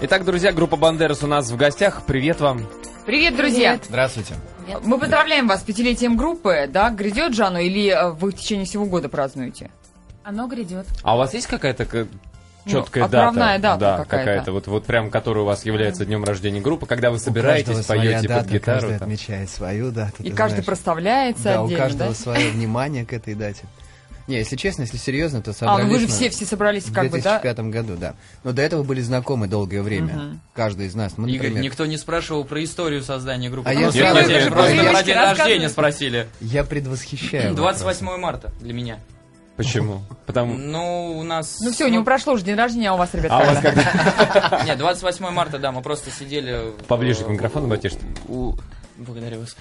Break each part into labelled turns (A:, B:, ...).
A: Итак, друзья, группа Бандерас у нас в гостях. Привет вам.
B: Привет, друзья!
C: Здравствуйте.
B: Мы поздравляем вас с пятилетием группы, да? Грядет же оно или э, вы в течение всего года празднуете?
D: Оно грядет.
A: А у вас есть какая-то к-
E: Ну,
A: четкая дата?
B: отправная дата
A: да,
B: какая-то.
A: Вот, вот прям, которая у вас является днем рождения группы, когда вы
C: У каждого
A: собираетесь,
C: своя
A: поете под
C: дата,
A: гитару.
C: Каждый
A: там.
C: отмечает свою дату.
B: И
C: ты
B: каждый
C: знаешь.
B: проставляется
C: Да, у
B: отдельно,
C: каждого
B: да?
C: свое внимание к этой дате. Не, если честно, если серьезно, то
B: А,
C: собрались
B: ну вы же
C: мы
B: все, все собрались
C: в
B: как бы, да?
C: 2005 году, да. Но до этого были знакомы долгое время. Каждый из
A: Ну,
C: нас. Мы,
E: Игорь,
C: например,
E: никто не спрашивал про историю создания группы.
C: А я
E: Ну,
C: сразу
E: хотели,
C: даже по
E: просто про
B: привычке
E: день
B: рассказываю.
E: рождения спросили.
C: я
A: Э,
C: предвосхищаю.
E: 28 марта для меня.
A: Почему? Потому...
E: Ну, у нас...
B: Ну все, у него прошло уже день рождения, а у вас, ребят,
A: А у вас
B: когда?
A: когда?
E: Нет, 28 марта, да, мы просто сидели... в-
A: Поближе к микрофону, Батиш.
E: у- Благодарю вас.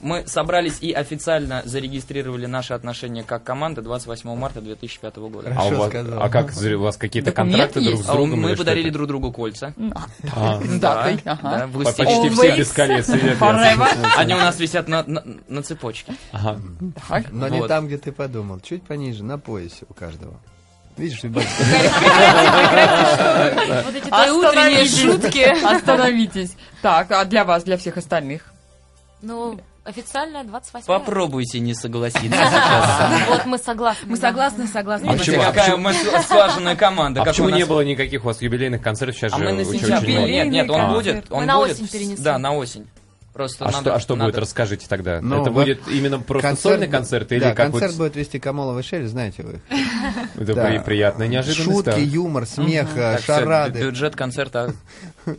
E: Мы собрались и официально зарегистрировали наши отношения как команда 28 марта 2005 года.
C: Хорошо
A: а, у вас,
C: сказал.
A: а как зр- у вас какие-то
B: Документ
A: контракты друг
B: есть?
A: с
E: А
A: другом? или
E: Мы
A: что
E: подарили
A: это?
E: друг другу кольца.
A: А,
B: С датой, ага.
E: да, в
A: по-
E: гостинице.
A: Почти все
B: Always
A: без колец. и без-
B: Forever.
E: Они у нас висят на, на, на цепочке.
A: Ага.
B: Так.
C: Но не
E: Вот.
C: там, где ты подумал. Чуть пониже, на поясе у каждого. Видишь, ребята,
A: А.
D: Вот эти твои утренние
B: Остановитесь.
D: шутки.
B: Остановитесь. Так, а для вас, для всех остальных?
D: Ну, официально 28
E: Попробуйте не согласиться сейчас.
D: А, Вот мы согласны.
B: Мы
D: да.
B: согласны, согласны.
A: А
E: Видите,
A: почему?
E: какая мы сл- слаженная команда.
A: А
E: как
A: почему
E: у нас-
A: не было никаких у вас юбилейных концертов? Сейчас
E: А
A: же
E: мы на
A: очень- очень
E: сентябрь.
A: много.
E: Нет, нет, он
B: Юбилейный
E: будет. Он
D: Мы на
E: будет
D: осень
E: в-
D: перенесем.
E: Да, на осень. Просто
A: А
E: надо-
A: что, а что
E: надо-
A: будет? Расскажите тогда.
C: Ну,
A: это
C: вот
A: будет именно просто сольный концерт или
C: да,
A: как
C: концерт
A: вот-
C: будет вести Камолова Шель, знаете вы.
A: это
C: да.
A: при- приятная неожиданность?
C: Шутки,
A: да.
C: юмор, смех, э,
E: Так, всё, бю-
C: шарады.
E: Бюджет концерта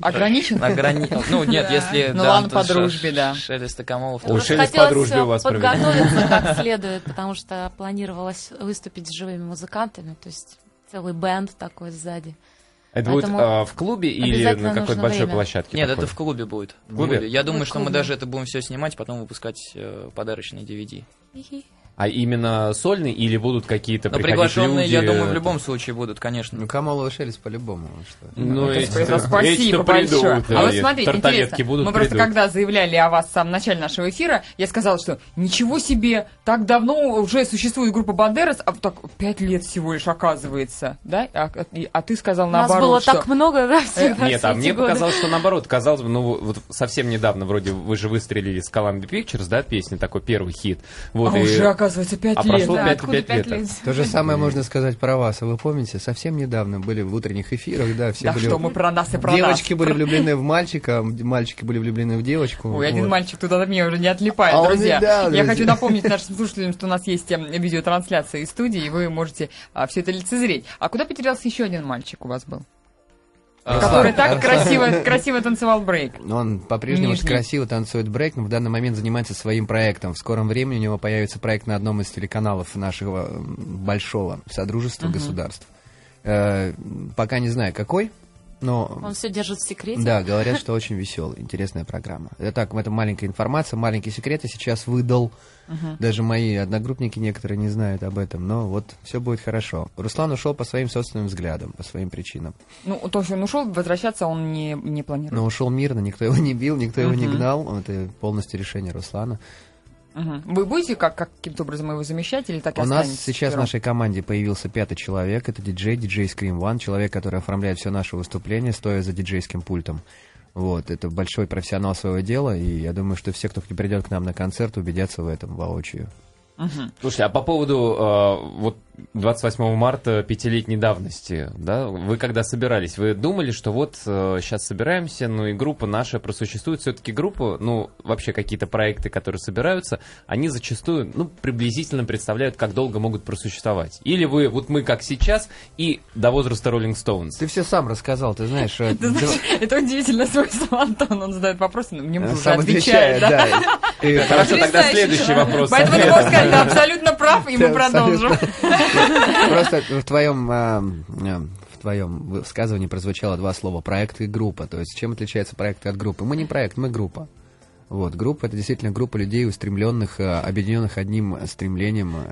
B: Ограничен?
E: ограничен. Ну, нет, если...
B: Ну,
E: да,
B: ладно,
E: Антон
B: по дружбе,
E: Ш-
B: да.
E: Шелест и Камолов.
A: Ой,
D: Просто
A: Шелест по
D: хотелось
A: дружбе
D: э,
A: у вас проведет.
D: подготовиться как следует, потому что планировалось выступить с живыми музыкантами, то есть целый бенд такой сзади.
A: Это будет
D: Поэтому
A: а, в клубе или
D: обязательно
A: на какой-то
D: нужно
A: большой
D: время.
A: площадке?
E: Нет,
A: такой?
E: это в клубе будет. В
A: типа клубе?
E: клубе. Я думаю,
D: Будет
E: что мы
D: клуб,
E: даже это будем все снимать, потом выпускать э, подарочные DVD.
D: Хи-хи.
A: А именно сольный или будут какие-то
E: Но
A: приходить
E: приглашенные,
A: люди?
E: я думаю, в любом случае будут, конечно.
C: Ну, Камолова Шель по-любому. ну что.
A: Ну,
B: Господи,
A: эти-
B: просто спасибо
A: эти-то придут,
B: большое.
A: да,
B: а вот
A: и
B: смотрите,
A: тарталетки
B: интересно,
A: будут,
B: мы просто
A: придут.
B: когда заявляли о вас в самом начале нашего эфира, я сказала, что ничего себе, так давно уже существует группа Бандерас, а так пять лет всего лишь оказывается, да? А, и- а ты сказал
D: У нас
B: наоборот,
D: было
B: что...
D: так много, да, всегда
A: Нет,
D: все
A: а
D: эти
A: мне
D: годы.
A: показалось, что наоборот, казалось бы, ну вот совсем недавно вроде вы же выстрелили с Columbia Pictures, да, песни, такой первый хит. Вот,
B: а
A: и-
B: уже оказывается пять
A: а
B: лет.
A: прошло
B: да.
A: пять-
D: Откуда
A: лет.
D: пять лет?
C: То же самое можно сказать про вас. А Вы помните, совсем недавно были в утренних эфирах, да, все
B: Да
C: были...
B: что мы про нас и про
C: Девочки
B: нас.
C: были влюблены в мальчика, м- мальчики были влюблены в девочку.
B: Ой, один
C: Вот.
B: мальчик туда от меня уже не отлипает,
C: А он и
B: друзья.
C: да,
B: Я
C: друзья.
B: хочу напомнить нашим слушателям, что у нас есть э, видеотрансляция из студии, и вы можете все это лицезреть. А куда потерялся еще один мальчик у вас был?
E: А,
B: Который так красиво, красиво танцевал брейк.
C: Он по-прежнему очень
B: Нижний.
C: красиво танцует брейк, но в данный момент занимается своим проектом. В скором времени у него появится проект на одном из телеканалов нашего м, большого Содружества государств. Э, пока не знаю, какой, но...
D: Он все держит в секрете.
C: Да, говорят, что очень веселый, интересная программа. Э, Так, это маленькая информация, маленькие секреты сейчас выдал. Даже мои одногруппники некоторые не знают об этом, но вот все будет хорошо. Руслан ушел по своим собственным взглядам, по своим причинам.
B: Ну, то, что он ушел, возвращаться он не, не планирует.
C: Но ушел мирно, никто его не бил, никто его не гнал. Это полностью решение Руслана.
B: Мгм. Вы будете как, как- каким-то образом его замещать или так и
C: Ну. У нас
B: останетесь
C: сейчас в
B: вчетвером?
C: нашей команде появился пятый человек. Это диджей, диджей Scream One, человек, который оформляет все наше выступление, стоя за диджейским пультом. Вот, это большой профессионал своего дела, и я думаю, что все, кто придет к нам на концерт, убедятся в этом воочию.
A: Слушай, а по поводу э, вот 28 марта пятилетней давности, да, вы когда собирались, вы думали, что вот сейчас собираемся, ну и группа наша просуществует, все-таки группа, ну вообще какие-то проекты, которые собираются, они зачастую, ну приблизительно представляют, как долго могут просуществовать. Или вы, вот мы как сейчас и до возраста Rolling Stones.
C: Ты все сам рассказал, ты знаешь. э,
B: Ты знаешь, это удивительно свойство Антона. Он задает вопросы, но мне
C: э,
B: муж уже
C: сам
B: отвечает.
C: отвечает,
B: да.
C: да. И
A: Хорошо, тогда
B: Потрясающий
A: следующий
B: человек.
A: вопрос.
B: Поэтому ты
A: Ответ.
B: можешь сказать, ты абсолютно прав, и мы
C: Да,
B: продолжим.
C: Просто в твоем в твоем высказывании прозвучало два слова проект и группа. То есть чем отличается проект от группы? Мы не проект, мы группа. Вот, группа это действительно группа людей, устремленных, э, объединенных одним стремлением, э,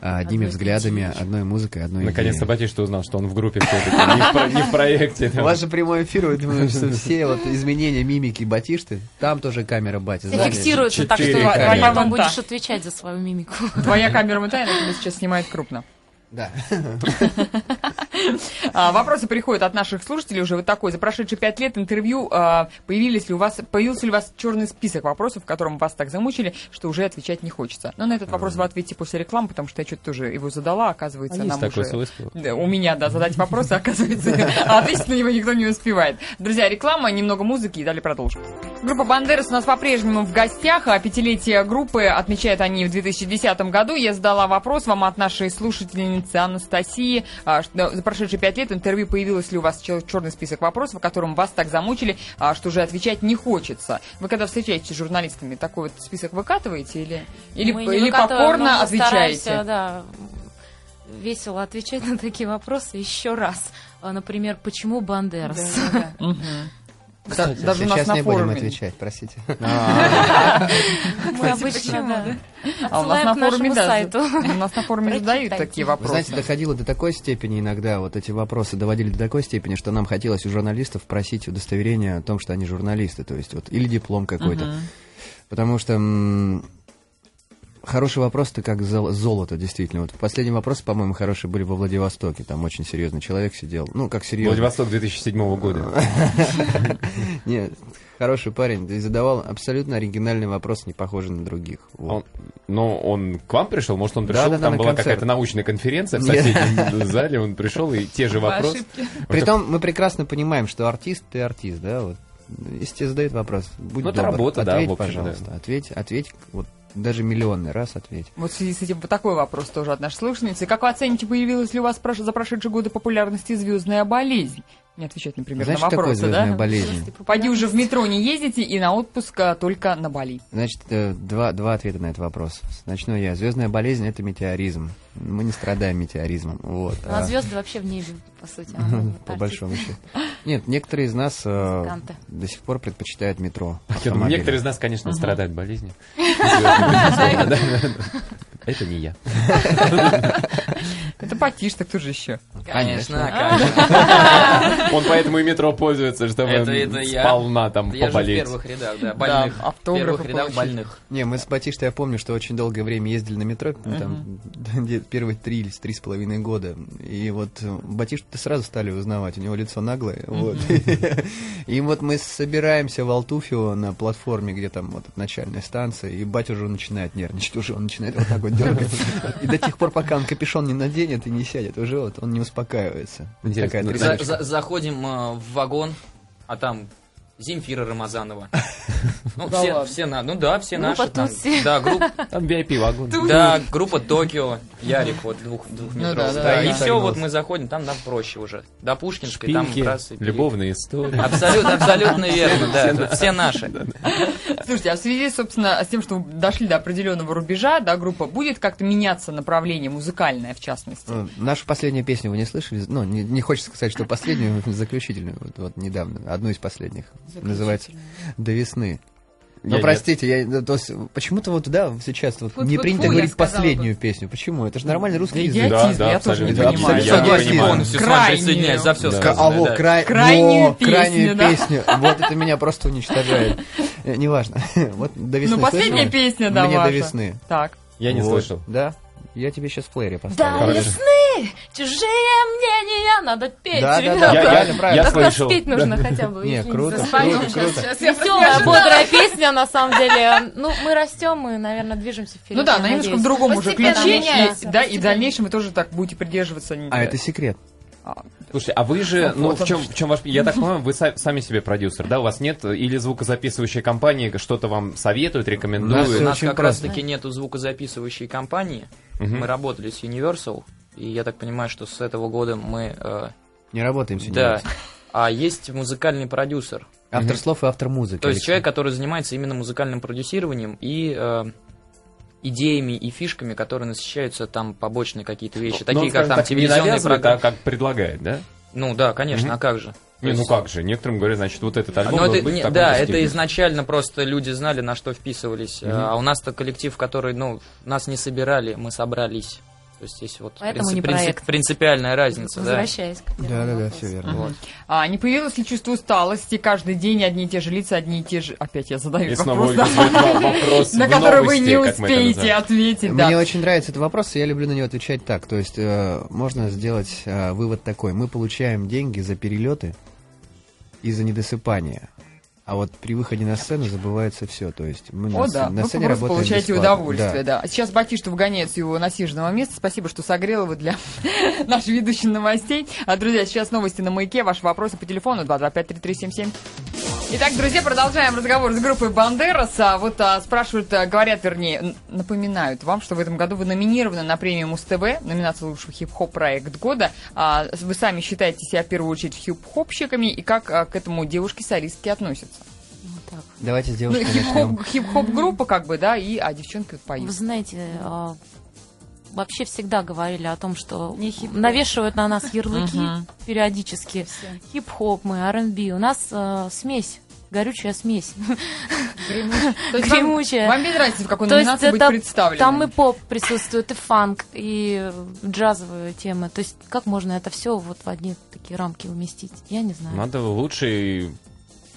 C: одними
D: Одной
C: взглядами,
D: идеей.
C: одной музыкой, одной
A: Наконец-то
C: идеей.
A: Батиш узнал, что он в группе все-таки, не в про- не в проекте.
C: У вас же прямой эфир, вы думаете, что все вот изменения мимики батишты, там тоже камера бати.
D: Все фиксируется, так
A: Четыре
D: что
C: камеры.
D: потом
B: Да.
D: будешь отвечать за свою мимику.
B: Твоя камера мы тайна тебя сейчас снимает крупно.
C: Да.
B: А, вопросы приходят от наших слушателей уже вот такой. За прошедшие пять лет интервью а, появились ли у вас, появился ли у вас черный список вопросов, которым вас так замучили, что уже отвечать не хочется. Но на этот вопрос вы ответите после рекламы, потому что я что-то тоже его задала,
A: А
B: оказывается,
A: Есть
B: нам
A: такой
B: уже...
A: свойство.
B: Да, у меня, да, задать вопросы, оказывается, а ответить на него никто не успевает. Друзья, реклама, немного музыки и далее продолжим. Группа «Бандерас» у нас по-прежнему в гостях, а пятилетие группы отмечают они в 2010 году. Я задала вопрос вам от нашей слушательницы Анастасии. а, что За прошедшие пять лет интервью появилось ли у вас чер- черный список вопросов, о котором вас так замучили, а, что уже отвечать не хочется. Вы когда встречаетесь с журналистами, такой вот список выкатываете или, или,
D: Мы не
B: или
D: выкатываем, но
B: покорно
D: мы
B: отвечаете?
D: стараемся, да, весело отвечать на такие вопросы еще раз. А, Например, почему Бандерас?
B: Мгм.
C: Кстати,
B: Да- даже у нас
C: сейчас
B: на
C: не будем
B: форуме.
C: отвечать, простите.
D: Мы обычно да,
B: А у нас
D: отсылаем
B: на
D: к нашему
B: форуме да,
D: сайту.
B: У нас на форуме задают
D: Прочитайте.
B: такие
C: Вы
B: вопросы.
C: знаете, доходило до такой степени иногда, вот эти вопросы доводили до такой степени, что нам хотелось у журналистов просить удостоверение о том, что они журналисты, то есть вот или диплом какой-то. Потому что м, хороший вопрос-то как зол- золото, действительно. Вот последние вопросы, по-моему, хорошие были во Владивостоке. Там очень серьезный человек сидел. Ну, как серьезный.
A: Владивосток 2007 года.
C: Нет, хороший парень. И задавал абсолютно оригинальный вопрос, не похожий на других. Вот.
A: Он- но он к вам пришел? Может, он
C: Да,
A: пришел,
C: да, да,
A: там
C: на
A: была
C: концерт.
A: какая-то научная конференция в
C: Нет.
A: соседнем зале, он пришел, и те же вопросы.
C: Притом мы прекрасно понимаем, что артист ты артист, да? Вот. Если тебе задают вопрос, будь
A: Ну, это
C: добр,
A: работа, да,
C: ответь,
A: в общем, да.
C: пожалуйста, ответь, ответь, вот даже миллионный раз ответь.
B: Вот в связи с этим вот такой вопрос тоже от нашей слушательницы. Как вы оцените, появилась ли у вас прош- за прошедшие годы популярности звездная болезнь? Не отвечать, например,
C: Знаешь,
B: на
C: что такое
B: вопросы,
C: звездная
B: да?
C: болезнь?
B: Пойди уже в метро не ездите и на отпуск а, только на Бали.
C: Значит, э, два, два ответа на этот вопрос. Начну я. Звездная болезнь это метеоризм. Мы не страдаем метеоризмом. Вот.
D: У нас
C: а-
D: звезды вообще в небе, по сути. а мы
C: По
D: артисты.
C: большому счету. Нет, некоторые из нас э,
D: Музыканты.
C: до сих пор предпочитают метро.
A: Я думаю,
C: автомобили.
A: некоторые из нас, конечно, страдают болезнью. Да, да, да. Это не я.
B: Это потише, так кто же еще?
E: Конечно,
C: Конечно.
E: конечно.
A: Он поэтому и метро пользуется, чтобы
E: Это- это я.
A: сполна там
E: Я же в
A: поболеть.
E: первых рядах, да, больных.
B: Да,
E: В
B: автографы
E: первых рядах
B: получить.
E: больных.
C: Не, мы с Батиштой, я помню, что очень долгое время ездили на метро, ну, там, где- первые три или три с половиной года. И вот э, Батишту-то сразу стали узнавать, у него лицо наглое. Вот. И вот мы собираемся в Алтуфьево на платформе, где там вот начальная станция, и батя уже начинает нервничать, уже он начинает вот так вот дергать. И до тех пор, пока он капюшон не наденет и не сядет, уже вот он не успокаивается.
A: Интересно,
C: Такая
A: ну,
E: За-
C: тренировка.
E: за- Заходим э, в вагон, а там Земфира Рамазанова. Ну,
B: Да
E: все,
B: ладно.
E: все на, ну да, все
D: Группа
E: наши. там.
D: Тутси.
E: Да, группа,
A: Там VIP-вагон.
E: Да, группа Токио, Ярик, вот двух, двух
B: Ну да, да, да.
E: И
C: Я
E: все,
C: согласен.
E: вот мы заходим, там нам проще уже. До Пушкинской, там как
A: Шпильки,
E: раз и-
A: любовные истории.
E: Абсолютно, абсолютно верно, да, все наши.
B: Слушайте, а в связи, собственно, с тем, что вы дошли до определенного рубежа, да, группа будет как-то меняться направление музыкальное, в частности?
C: Э, Нашу последнюю песню вы не слышали? Ну, не, не хочется сказать, что последнюю, заключительную, вот, вот недавно, одну из последних. Называется «До весны». Ну,
A: Я-
C: простите, я, ну, то есть, почему-то вот, да, сейчас вот
B: Фу,
C: не
B: фу,
C: принято
B: фу, я
C: говорить
B: сказала бы.
C: последнюю песню. Почему? Это же нормальный
B: Да
C: русский язык.
B: идиотизм,
A: Да, да,
B: я тоже не
A: абсолютно.
C: Я
B: понимаю.
C: абсолютно
B: да.
C: согласен.
E: полностью с вами
B: Крайнюю.
E: присоединяюсь, за все
A: Да.
C: Ка- а
E: сказано,
C: вот,
E: да.
C: край-
B: Крайнюю
C: во,
B: песню,
C: крайнюю
B: да.
C: песню. Вот это меня просто уничтожает. Э, Неважно. Вот до весны.
B: Ну, последняя
C: слышали?
B: песня, да,
C: Мне до
B: ваша.
C: весны.
B: Так.
A: Я не
C: Вот.
A: слышал.
C: Да? Я тебе сейчас в плеере
D: Да,
C: поставлю.
A: Хорошо.
D: весны, чужие мнения, надо петь,
C: Да, да, да.
D: ребята.
A: Я- я-
C: правильно, правильно.
A: я
D: Так нас
A: слышал.
D: петь нужно хотя бы.
C: Не,
D: если
C: круто,
D: заспоем.
C: круто, круто.
D: Веселая, бодрая песня, на самом деле. Ну, мы растем, мы, наверное, движемся вперед.
B: Ну да,
D: я
B: она немножко в
D: надеюсь.
B: другом уже
D: Постепенно
B: ключе,
D: меняется,
B: и- да, и в
D: постепенно.
B: дальнейшем вы тоже так будете придерживаться. Э, не-
C: А это секрет.
A: Слушайте, а вы же, ну,
B: Вот
A: в
B: он
A: чем, в чем ваш... Я так понимаю, вы са- сами себе продюсер, да? У вас нет э, или звукозаписывающая компания что-то вам советует,
C: У нас
E: У
A: рекомендует?
E: нас
C: очень
E: как
C: просто.
E: раз-таки нету звукозаписывающей компании.
A: Мгм.
E: Мы работали с Universal, и я так понимаю, что с этого года мы... э,
C: Не работаем сегодня.
E: Да. А есть музыкальный продюсер.
C: Автор слов и автор музыки.
E: То есть
C: Алексей.
E: человек, который занимается именно музыкальным продюсированием и э, идеями и фишками, которые насыщаются там побочные какие-то вещи,
A: Ну,
E: такие
A: он,
E: как
A: скажем
E: там
A: так, не
E: телевизионные
A: навязывает,
E: программы.
A: а как предлагает, да?
E: Ну да, конечно,
A: Мгм.
E: а как же? То
A: Не, ну
E: есть-
A: как же, некоторым говорят, значит, вот этот альбом
E: Но
A: должен
E: Ну, это,
A: быть
E: не-
A: в таком
E: да,
A: стиле.
E: это изначально просто люди знали, на что вписывались. А у нас-то коллектив, который, ну, нас не собирали, мы собрались. То есть здесь вот
D: Поэтому не проект.
E: принципиальная разница. Да.
D: Возвращаясь к первому
C: Да, да, да,
D: вопросу.
C: все верно.
E: Вот.
B: А не появилось ли чувство усталости? Каждый день одни и те же лица, одни и те же... Опять я задаю
A: И
B: этот
A: снова
B: вопрос, да,
A: вопрос
B: на
A: в
B: который вы
A: новости,
B: не
A: как мы это
B: успеете
A: называем.
B: ответить.
C: Мне
B: Да.
C: очень нравится этот вопрос, и я люблю на него отвечать так. То есть э, можно сделать э, вывод такой. Мы получаем деньги за перелеты и за недосыпание. А вот при выходе на сцену забывается все. То есть мы на,
B: О,
C: сц-
B: да, Ну,
C: на
B: вы
C: сцене
B: просто
C: работаем
B: получаете
C: бесплатно.
B: удовольствие, да. А Сейчас Батишту вгоняет с его насиженного места. Спасибо, что согрел его для наших ведущих новостей. А, друзья, сейчас новости на маяке. Ваши вопросы по телефону 225-3377. Итак, друзья, продолжаем разговор с группой Бандерас. А вот а, спрашивают, а, говорят, вернее, н- напоминают вам, что в этом году вы номинированы на премию Муз-ТВ, номинацию лучший хип-хоп проект года. А, с- вы сами считаете себя в первую очередь хип-хопщиками и как а, к этому девушки-солистки относятся?
D: Ну, так.
C: Давайте с
B: Ну,
C: девушками начнем.
B: хип-хоп, хип-хоп группа, как бы, да, и а девчонки вот
D: Вы
B: поют.
D: знаете, а, вообще всегда говорили о том, что навешивают на нас ярлыки
B: Мгм.
D: периодически. Хип-хоп мы, R&B. У нас а, смесь, горючая смесь.
B: То есть вам-
D: Гремучая.
B: Вам без разницы, в какой
D: То есть
B: номинации быть
D: это-
B: представлены.
D: Там и поп присутствует, и фанк, и джазовые темы. То есть как можно это все вот в одни такие рамки уместить? Я не знаю.
A: Надо лучший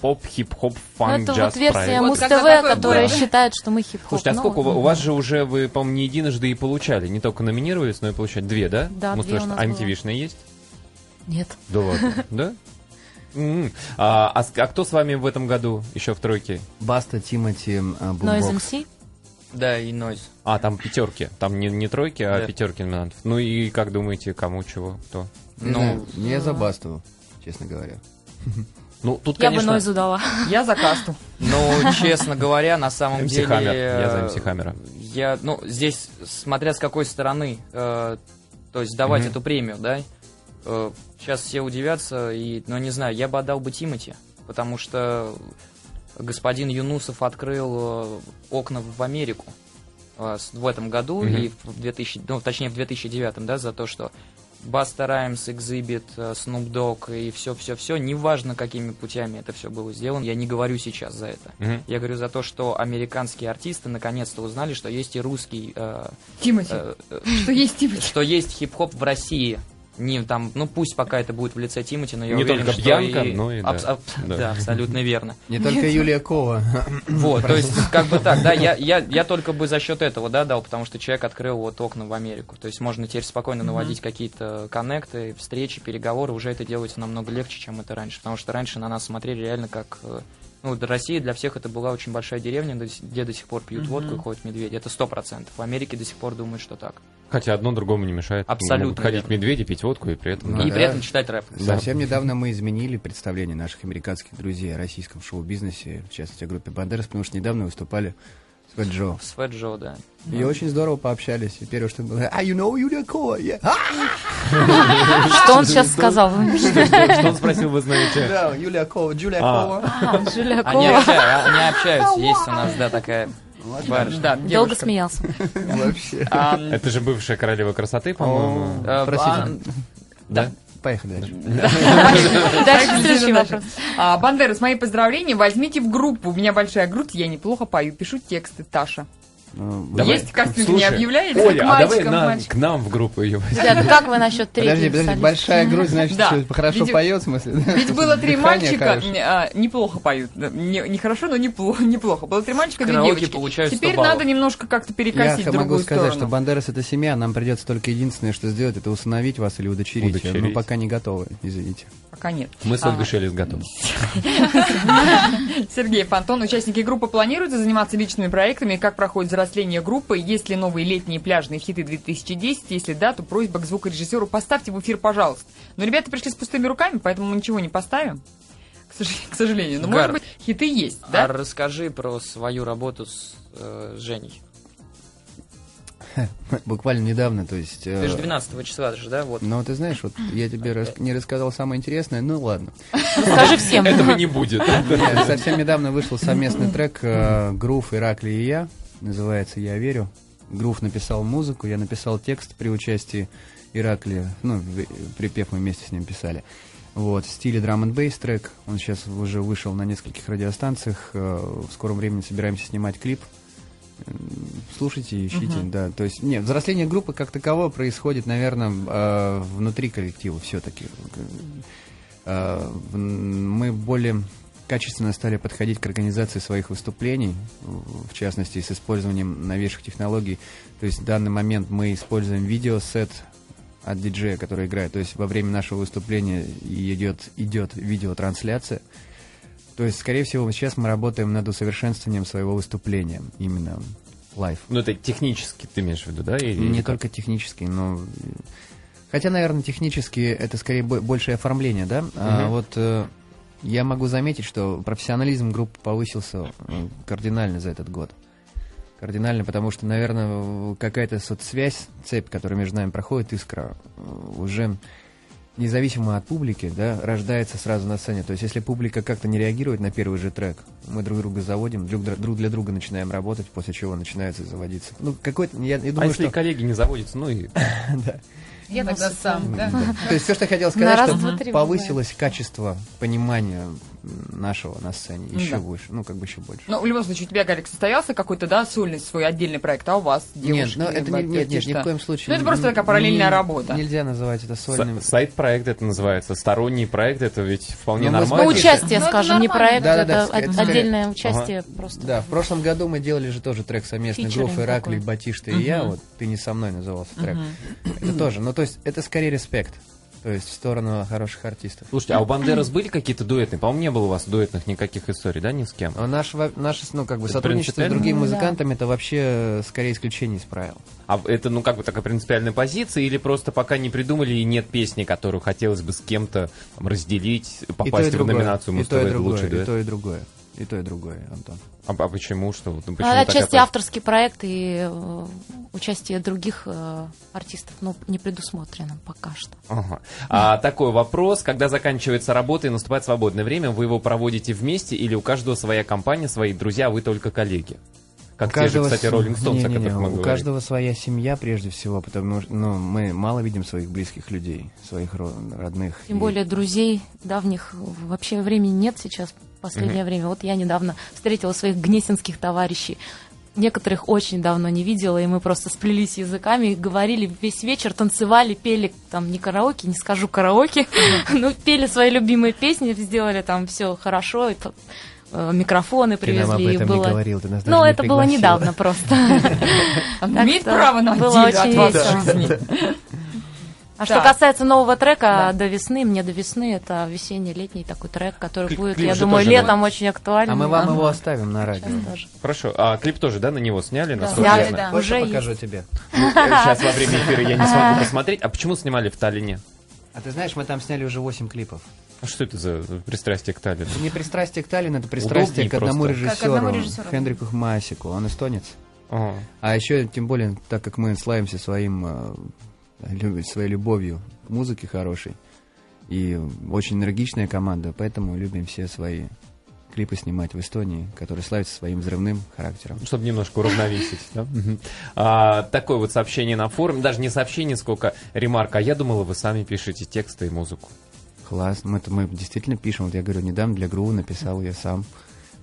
A: поп, хип-хоп,
D: Ну,
A: Ну, фанк,
D: это
A: джаз
D: вот версия
A: проект.
B: Вот
D: Муз ТВ,
B: когда такое
D: которая
A: было.
D: считает, что мы хип-хоп.
A: Слушайте, а
D: Ну,
A: сколько у
D: вот.
A: у вас же уже вы, по-моему, не единожды и получали, не только номинировались, но и получали две, да?
D: Да,
A: Ну,
D: две у
A: слышно,
D: нас
A: а
D: было.
A: MTV-шная есть?
D: Нет.
A: Да ладно, да? М. А а с- а кто с вами в этом году еще в тройке?
C: Баста, Тимати, а,
D: Noise
C: Бумбокс.
D: MC?
E: Да, и нойз.
A: А, там пятерки. Там не, не тройки, а
E: Да.
A: пятерки номинантов. Ну и как думаете, кому чего, кто?
C: Не
E: Ну,
C: знаю, Я за Басту, честно говоря.
A: Ну, тут,
D: Я бы
A: конечно...
D: Нойзу дала.
B: Я за касту.
E: ну, честно говоря, на самом
A: MC
E: деле...
A: Хаммер. м-м, Я за
E: э,
A: MC Хаммера.
E: Я, ну, здесь, смотря с какой стороны, э, то есть давать
A: Мгм.
E: эту премию, да? э, сейчас все удивятся, и, ну, не знаю, я бы отдал бы Тимати, потому что господин Юнусов открыл э, окна в Америку э, с- в этом году,
A: Мгм.
E: и в 2000, ну, точнее, в 2009, да, за то, что Баста Раймс, Экзибит, Snoop Dogg и все-все-все, неважно, какими путями это все было сделано, я не говорю сейчас за это.
A: Мгм.
E: Я говорю за то, что американские артисты наконец-то узнали, что есть и русский, э,
B: Тимати.
E: э, э,
B: Что есть Тимати?
E: что есть хип-хоп в России. Не там, ну пусть пока это будет в лице Тимати, но я
A: Не
E: уверен,
A: только
E: что
A: Бьянка,
E: и-
A: но и
E: абс-
A: да.
E: аб-
A: Да.
E: да, абсолютно верно.
C: Не только Юлия Кова.
E: Вот, то есть, как бы так, да, я, я, я только бы за счет этого, да, дал, потому что человек открыл вот окна в Америку. То есть можно теперь спокойно наводить какие-то коннекты, встречи, переговоры, уже это делается намного легче, чем это раньше. Потому что раньше на нас смотрели реально как... э, Ну, до России для всех это была очень большая деревня, до с- где до сих пор пьют
B: Мгм.
E: водку и ходят медведи. Это сто процентов. В Америке до сих пор думают, что так.
A: Хотя одно другому не мешает.
E: Абсолютно
A: Могут ходить
E: верно.
A: медведи, пить водку и при этом...
C: Ну
E: и
C: да.
E: при этом читать рэп.
A: Да.
C: Совсем недавно мы изменили представление наших американских друзей о российском шоу-бизнесе, в частности, о группе Бандерас, потому что недавно выступали с Fat Joe.
E: Свет Джо, да.
C: И очень здорово пообщались. И первое, что было, а you know Юлия Кова, yeah». А,
D: Что он сейчас сказал?
A: Что он спросил, вы знаете?
C: Да, Юлия Кова, Джулия
A: А.
C: Кова.
E: Они
D: Жилякова.
E: общаются, они общаются. Есть у нас, да, такая барышня.
B: Да,
A: А
D: Долго
B: девушка.
D: смеялся.
C: Вообще.
B: А,
A: Это же бывшая королева красоты, по-моему.
E: Э,
C: Простите.
E: а,
A: Да?
C: Поехали дальше.
D: Дальше следующий вопрос.
B: а, Бандерас, мои поздравления, возьмите в группу. У меня большая грудь, я неплохо пою, пишу тексты, Таша.
C: Ну,
A: Давай.
B: Есть кастинг, не
A: Слушай,
B: объявляете?
A: Оля,
B: К
A: а давай
B: мальчикам,
A: на-
B: мальчикам.
A: к нам в группу ее
D: Ребята, ну как вы насчет
C: Подожди,
D: третьего?
C: подожди,
D: солиста?
C: большая грудь, значит,
B: Да.
C: что, хорошо
B: Ведь-
C: поет, в смысле?
B: Ведь было три
C: Дыхание
B: мальчика,
C: хорошее.
B: а, неплохо поют. Да, Не, не хорошо, но неплохо, неплохо. Было три мальчика, две
E: Караоке
B: девочки.
E: получают 100
B: Теперь
E: баллов.
B: надо немножко как-то
C: Я
B: перекосить в
C: могу
B: другую
C: сказать, что
B: сторону.
C: Бандерас это семья, а нам придется только единственное, что сделать, это усыновить вас или удочерить.
A: Удочерить.
C: Мы пока не готовы, извините.
B: Пока нет.
A: Мы с Ольгой
B: А.
A: Шелест готовы.
B: Сергей Фонтон, участники группы планируются заниматься личными проектами, как проходит взросление группы, есть ли новые летние пляжные хиты 2010, если да, то просьба к звукорежиссеру поставьте в эфир, пожалуйста. Но ребята пришли с пустыми руками, поэтому мы ничего не поставим, к сожалению. К сожалению. Но, может
E: Гар.
B: быть, хиты есть,
E: А
B: да?
E: расскажи про свою работу с э, Женей.
C: Буквально недавно, то есть... э,
E: Ты же 12 числа же, да? Вот.
C: Ну, ты знаешь, вот я тебе рас- не рассказал самое интересное, ну ладно.
D: Расскажи всем.
A: Этого не будет.
C: Совсем недавно вышел совместный трек э, Грув, Иракли и я. Называется «Я верю». Грув написал музыку, я написал текст при участии Иракли. Ну, в- припев мы вместе с ним писали. Вот, в стиле драм н бейс трек. Он сейчас уже вышел на нескольких радиостанциях. э, В скором времени собираемся снимать клип. слушайте и ищите,
B: Мгм.
C: да. То есть, нет, взросление группы как таковое происходит, наверное, внутри коллектива все-таки. Э, Мы более качественно стали подходить к организации своих выступлений, в частности, с использованием новейших технологий. То есть в данный момент мы используем видеосет от диджея, который играет. То есть во время нашего выступления идет, идет видеотрансляция. То есть, скорее всего, сейчас мы работаем над усовершенствованием своего выступления, именно лайв.
A: Ну, это технически ты имеешь в виду, да? или- А
C: Не
A: или как?
C: только технически, но... Хотя, наверное, технически это скорее бо- больше оформление, да? А
A: Мгм.
C: вот э, я могу заметить, что профессионализм группы повысился э, кардинально за этот год. Кардинально, потому что, наверное, какая-то соцсвязь, цепь, которая между нами проходит, искра, э, уже независимо от публики, да, рождается сразу на сцене. То есть, если публика как-то не реагирует на первый же трек, мы друг друга заводим, друг, дра- друг для друга начинаем работать, после чего начинается заводиться. Ну, какой-то, я, я
A: А
C: думаю,
A: если
C: что...
A: коллеги не заводятся, ну и...
B: Я тогда сам, да?
C: То есть все, что я хотел
D: На
C: сказать,
D: раз,
C: что
D: два, три
C: повысилось качество понимания м, нашего на сцене еще
B: Да.
C: больше, ну как бы еще больше.
B: Ну, в любом случае, у тебя, Гарик, состоялся какой-то, да, сольный свой отдельный проект, а у вас девушки?
C: нет, ну, это не-
B: братья,
C: нет, нет, ни
B: что?
C: в коем случае.
B: Ну, это
C: Н-
B: просто
C: н-
B: такая параллельная
C: не-
B: работа.
C: Нельзя называть это сольным.
A: Са- Сайт-проект это называется, сторонний проект, это ведь вполне
C: Ну, мы с
A: нормально.
D: Ну,
C: Батюшка.
D: участие,
B: Ну, это
D: скажем, не
B: нормально.
D: проект,
C: Да-да-да,
D: это
C: это
D: от-
C: скорее-
D: отдельное участие просто.
C: Да, в прошлом году мы делали же тоже трек совместный
D: Фичеринг
C: Грув, Ираклий,
D: такой.
C: Батишта и я. Вот ты не со мной назывался трек. Это тоже. Ну, то есть, это скорее респект. То есть в сторону хороших артистов.
A: Слушайте, а у Бандерас были какие-то дуэтные? По-моему, не было у вас дуэтных никаких историй, да, ни с кем?
C: А наше, во- наше ну, как бы
A: Это
C: сотрудничество с
A: принципиально?
C: другими
D: Ну, да.
C: музыкантами это вообще э, скорее исключение из правил.
A: А это, ну, как бы такая принципиальная позиция, или просто пока не придумали и нет песни, которую хотелось бы с кем-то там, разделить,
C: И то, и
A: попасть в
C: другое.
A: номинацию
C: и
A: «Муз
C: то, и
A: ТВ» это
C: другое,
A: лучший
C: и
A: дуэт?
C: то, и другое. И то, и другое, Антон.
A: А, а почему? Что? вот, Ну, почему
D: А,
A: такая
D: Отчасти
A: позиция?
D: авторский проект и э, участие других э, артистов, ну, не предусмотрено пока что.
A: Ага. А, такой вопрос. Когда заканчивается работа и наступает свободное время, вы его проводите вместе или у каждого своя компания, свои друзья, а вы только коллеги? Как те же, кстати,
C: с-
A: Роллинг Стоунс, о
C: Не-не-не,
A: которых мы
C: У
A: говорили.
C: каждого своя семья, прежде всего, потому что ну, мы мало видим своих близких людей, своих ро- родных.
D: Тем
C: И-
D: более друзей давних вообще времени нет сейчас в последнее время. Вот я недавно встретила своих гнесинских товарищей. Некоторых очень давно не видела, и мы просто сплелись языками, говорили весь вечер, танцевали, пели там не караоке, не скажу караоке, но пели свои любимые песни, сделали там все хорошо, и п- э, микрофоны
C: Ты нам об
D: привезли, и
C: этом не
D: было
C: говорил, ты нас даже
D: Ну,
C: не
D: это было
C: пригласила.
D: недавно просто.
B: Она
D: Так
B: имеет
D: что
B: право на
D: было
B: отдельную
D: очень
B: от
D: весело.
B: вашей жизни.
D: А что
B: Так.
D: касается нового трека до весны, мне до весны это весенний-летний такой трек, который
A: Клип-
D: будет,
A: клип
D: я
A: же
D: думаю,
A: тоже
D: летом очень актуальный.
C: А мы вам
D: Ага.
C: его оставим на радио.
D: Сейчас тоже.
A: Хорошо. А клип тоже, да, на него сняли? насколько я
D: Сняли,
A: знаю?
B: да.
C: Хочешь,
D: Уже
C: я покажу тебе.
A: Сейчас во время эфира я не смогу посмотреть. А почему снимали в Таллине?
C: А ты знаешь, мы там сняли уже 8 клипов.
A: А Что это за за пристрастие к Таллину?
C: Это не пристрастие к Таллину, это пристрастие
A: Удобнее
C: к одному
A: просто.
C: режиссеру,
F: К одному режиссеру.
C: Хендрику Хмасику. Он эстонец.
A: Ага.
C: А еще, тем более, так как мы славимся своим, э, лю- своей любовью к музыке хорошей, и очень энергичная команда, поэтому любим все свои клипы снимать в Эстонии, которые славятся своим взрывным характером.
A: Чтобы немножко уравновесить. да? Мгм. А, Такое вот сообщение на форуме. Даже не сообщение, сколько ремарка. А я думала, вы сами пишете тексты и музыку.
C: Класс, мы, мы действительно пишем, вот я говорю, недавно для ГРУ написал я сам.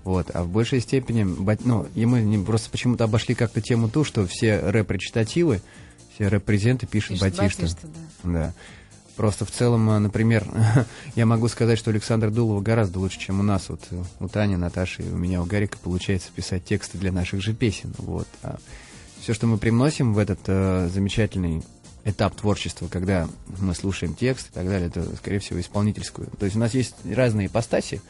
C: Вот, а в большей степени, бат- ну, и мы не- просто почему-то обошли как-то тему ту, что все рэп-речитативы, все рэп-презенты пишут, батишта. Да. Просто в целом, э, например, я могу сказать, что Александр Дулова гораздо лучше, чем у нас. Вот э, у Тани, Наташи и у меня, у Гарика получается писать тексты для наших же песен. Вот. все, что мы привносим в этот э, замечательный этап творчества, когда мы слушаем текст и так далее, это, скорее всего, исполнительскую. То есть у нас есть разные ипостаси,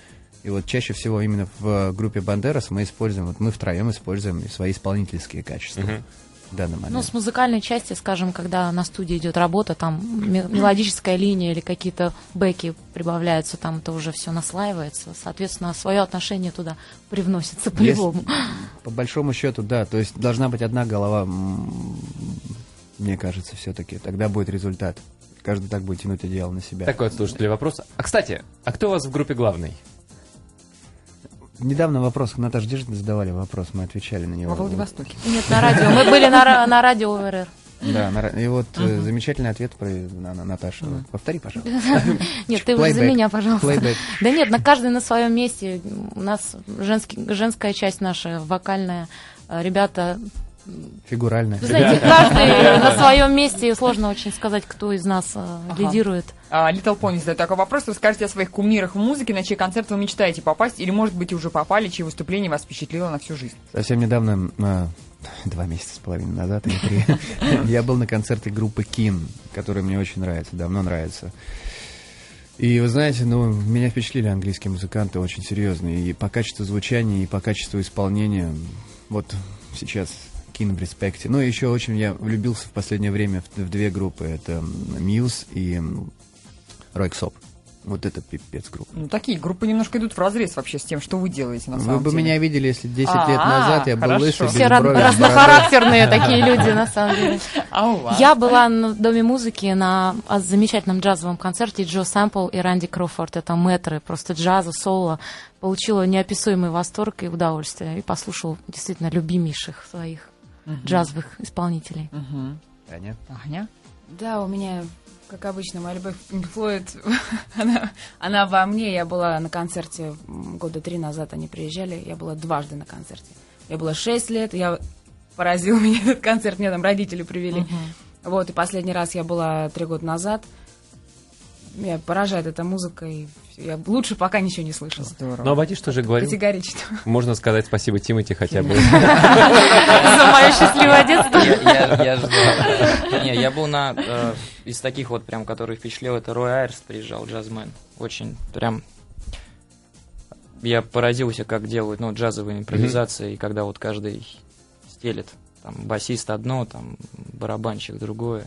C: и вот чаще всего именно в э, группе Бандерас мы используем, вот мы втроем используем свои исполнительские качества в данный момент.
D: Ну, с музыкальной части, скажем, когда на студии идет работа, там ме- мелодическая линия или какие-то бэки прибавляются, там это уже все наслаивается. Соответственно, свое отношение туда привносится по-любому.
C: По большому счету, да. То есть должна быть одна голова, м, мне кажется, все-таки. Тогда будет результат. Каждый так будет тянуть одеяло на себя.
A: Такой от слушателей вопрос. А, кстати, а кто у вас в группе главный?
C: Недавно вопрос, Наташа Дежина задавали вопрос, мы отвечали на него.
B: Во Владивостоке.
D: Нет, на радио. Мы были на, ра- на радио ОРР.
C: Да, на- и вот э, замечательный ответ про на- на- Наташа. Повтори, пожалуйста.
D: Нет, ты уже за
C: Плейбэк.
D: меня, пожалуйста.
C: Плейбэк.
D: Да нет, на каждый на своем месте. У нас женский, женская часть наша, вокальная, э, ребята
C: Фигурально.
D: вы знаете, каждый на своем месте, и сложно очень сказать, кто из нас э, лидирует.
B: А, Little Pony задает такой вопрос. Расскажите о своих кумирах в музыке, на чей концерт вы мечтаете попасть, или, может быть, уже попали, чье выступление вас впечатлило на всю жизнь.
C: Совсем недавно, а, два месяца с половиной назад, или три, я был на концерте группы Кин, которая мне очень нравится, давно нравится. И вы знаете, ну, меня впечатлили английские музыканты очень серьезно. И по качеству звучания, и по качеству исполнения. Вот сейчас Кин в респекте. Ну, и еще очень я влюбился в последнее время в, в две группы. Это Мьюз и Ройксоп. Вот это пипец группа.
B: Ну, такие группы немножко идут в разрез вообще с тем, что вы делаете на
C: Вы
B: самом
C: бы
B: деле.
C: меня видели, если 10 лет
B: А,
C: назад я был
B: хорошо.
C: лысый, без
D: Все рад-
C: брови, без бороды.
D: разнохарактерные такие люди, на самом деле.
B: А у вас?
D: Я была на- в Доме музыки на а, замечательном джазовом концерте Джо Сэмпл и Рэнди Кроуфорд. Это мэтры просто джаза, соло. Получила неописуемый восторг и удовольствие. И послушала действительно любимейших своих джазовых исполнителей.
B: Мгм.
C: Таня?
B: Аня?
F: Да, у меня, как обычно, моя любовь к Pink Floyd, она, она во мне. Я была на концерте м, года три назад, они приезжали, я была дважды на концерте. Я была шесть лет, я поразил меня этот концерт, мне там родители привели. Вот, и последний раз я была три года назад. Меня поражает эта музыка, и я лучше пока ничего не слышала.
B: Здорово.
A: Ну, а Батиш тоже говорил.
F: Категорично.
A: Можно сказать спасибо Тимати хотя бы.
D: За мое счастливое детство.
E: Я, я- я ждал. Не, я был на... э, из таких вот прям, которые впечатлил, это Рой Айрс приезжал, джазмен. Очень прям... Я поразился, как делают, ну, джазовые импровизации, и когда вот каждый стелет. Там басист одно, там барабанщик другое.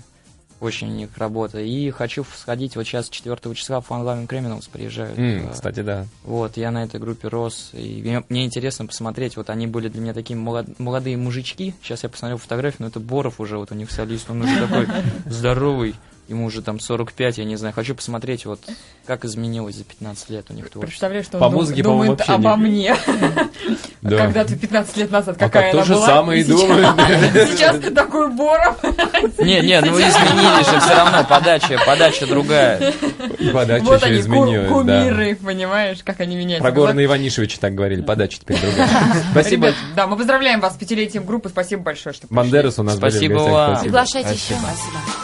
E: Очень у них работа. И хочу сходить вот сейчас 4 числа в Fun Loving Criminals приезжают.
A: М,
E: э,
A: Кстати, да.
E: вот, я на этой группе рос, и мне, мне интересно посмотреть, вот они были для меня такие молод- молодые мужички, сейчас я посмотрел фотографию, но это Боров уже, вот у них солист, он уже такой здоровый, ему уже там 45, я не знаю, хочу посмотреть, вот, как изменилось за 15 лет у них творчество.
B: Представляю, что
A: По
B: он дум-
A: музыке, по-моему,
B: думает
A: вообще
B: обо
A: не-
B: мне.
A: Да.
B: Когда-то 15 лет назад,
A: Пока
B: А какая
A: А то
B: она
A: же
B: была.
A: самое и
B: сейчас-
A: думаю.
B: Сейчас ты такой Боров.
E: Не, не, ну изменились же все равно, подача, подача другая.
A: И подача
B: Вот
A: еще
B: они, ку-
A: изменилась, да.
B: кумиры, понимаешь, как они меняются.
A: Про Горана Иванишевича так говорили, подача теперь другая. Спасибо.
B: Ребят, да, мы поздравляем вас с пятилетием группы. Спасибо большое, что пришли.
A: Бандерас у нас были в
E: Спасибо
A: гостях,
E: вам.
A: спасибо.
D: Приглашайте еще.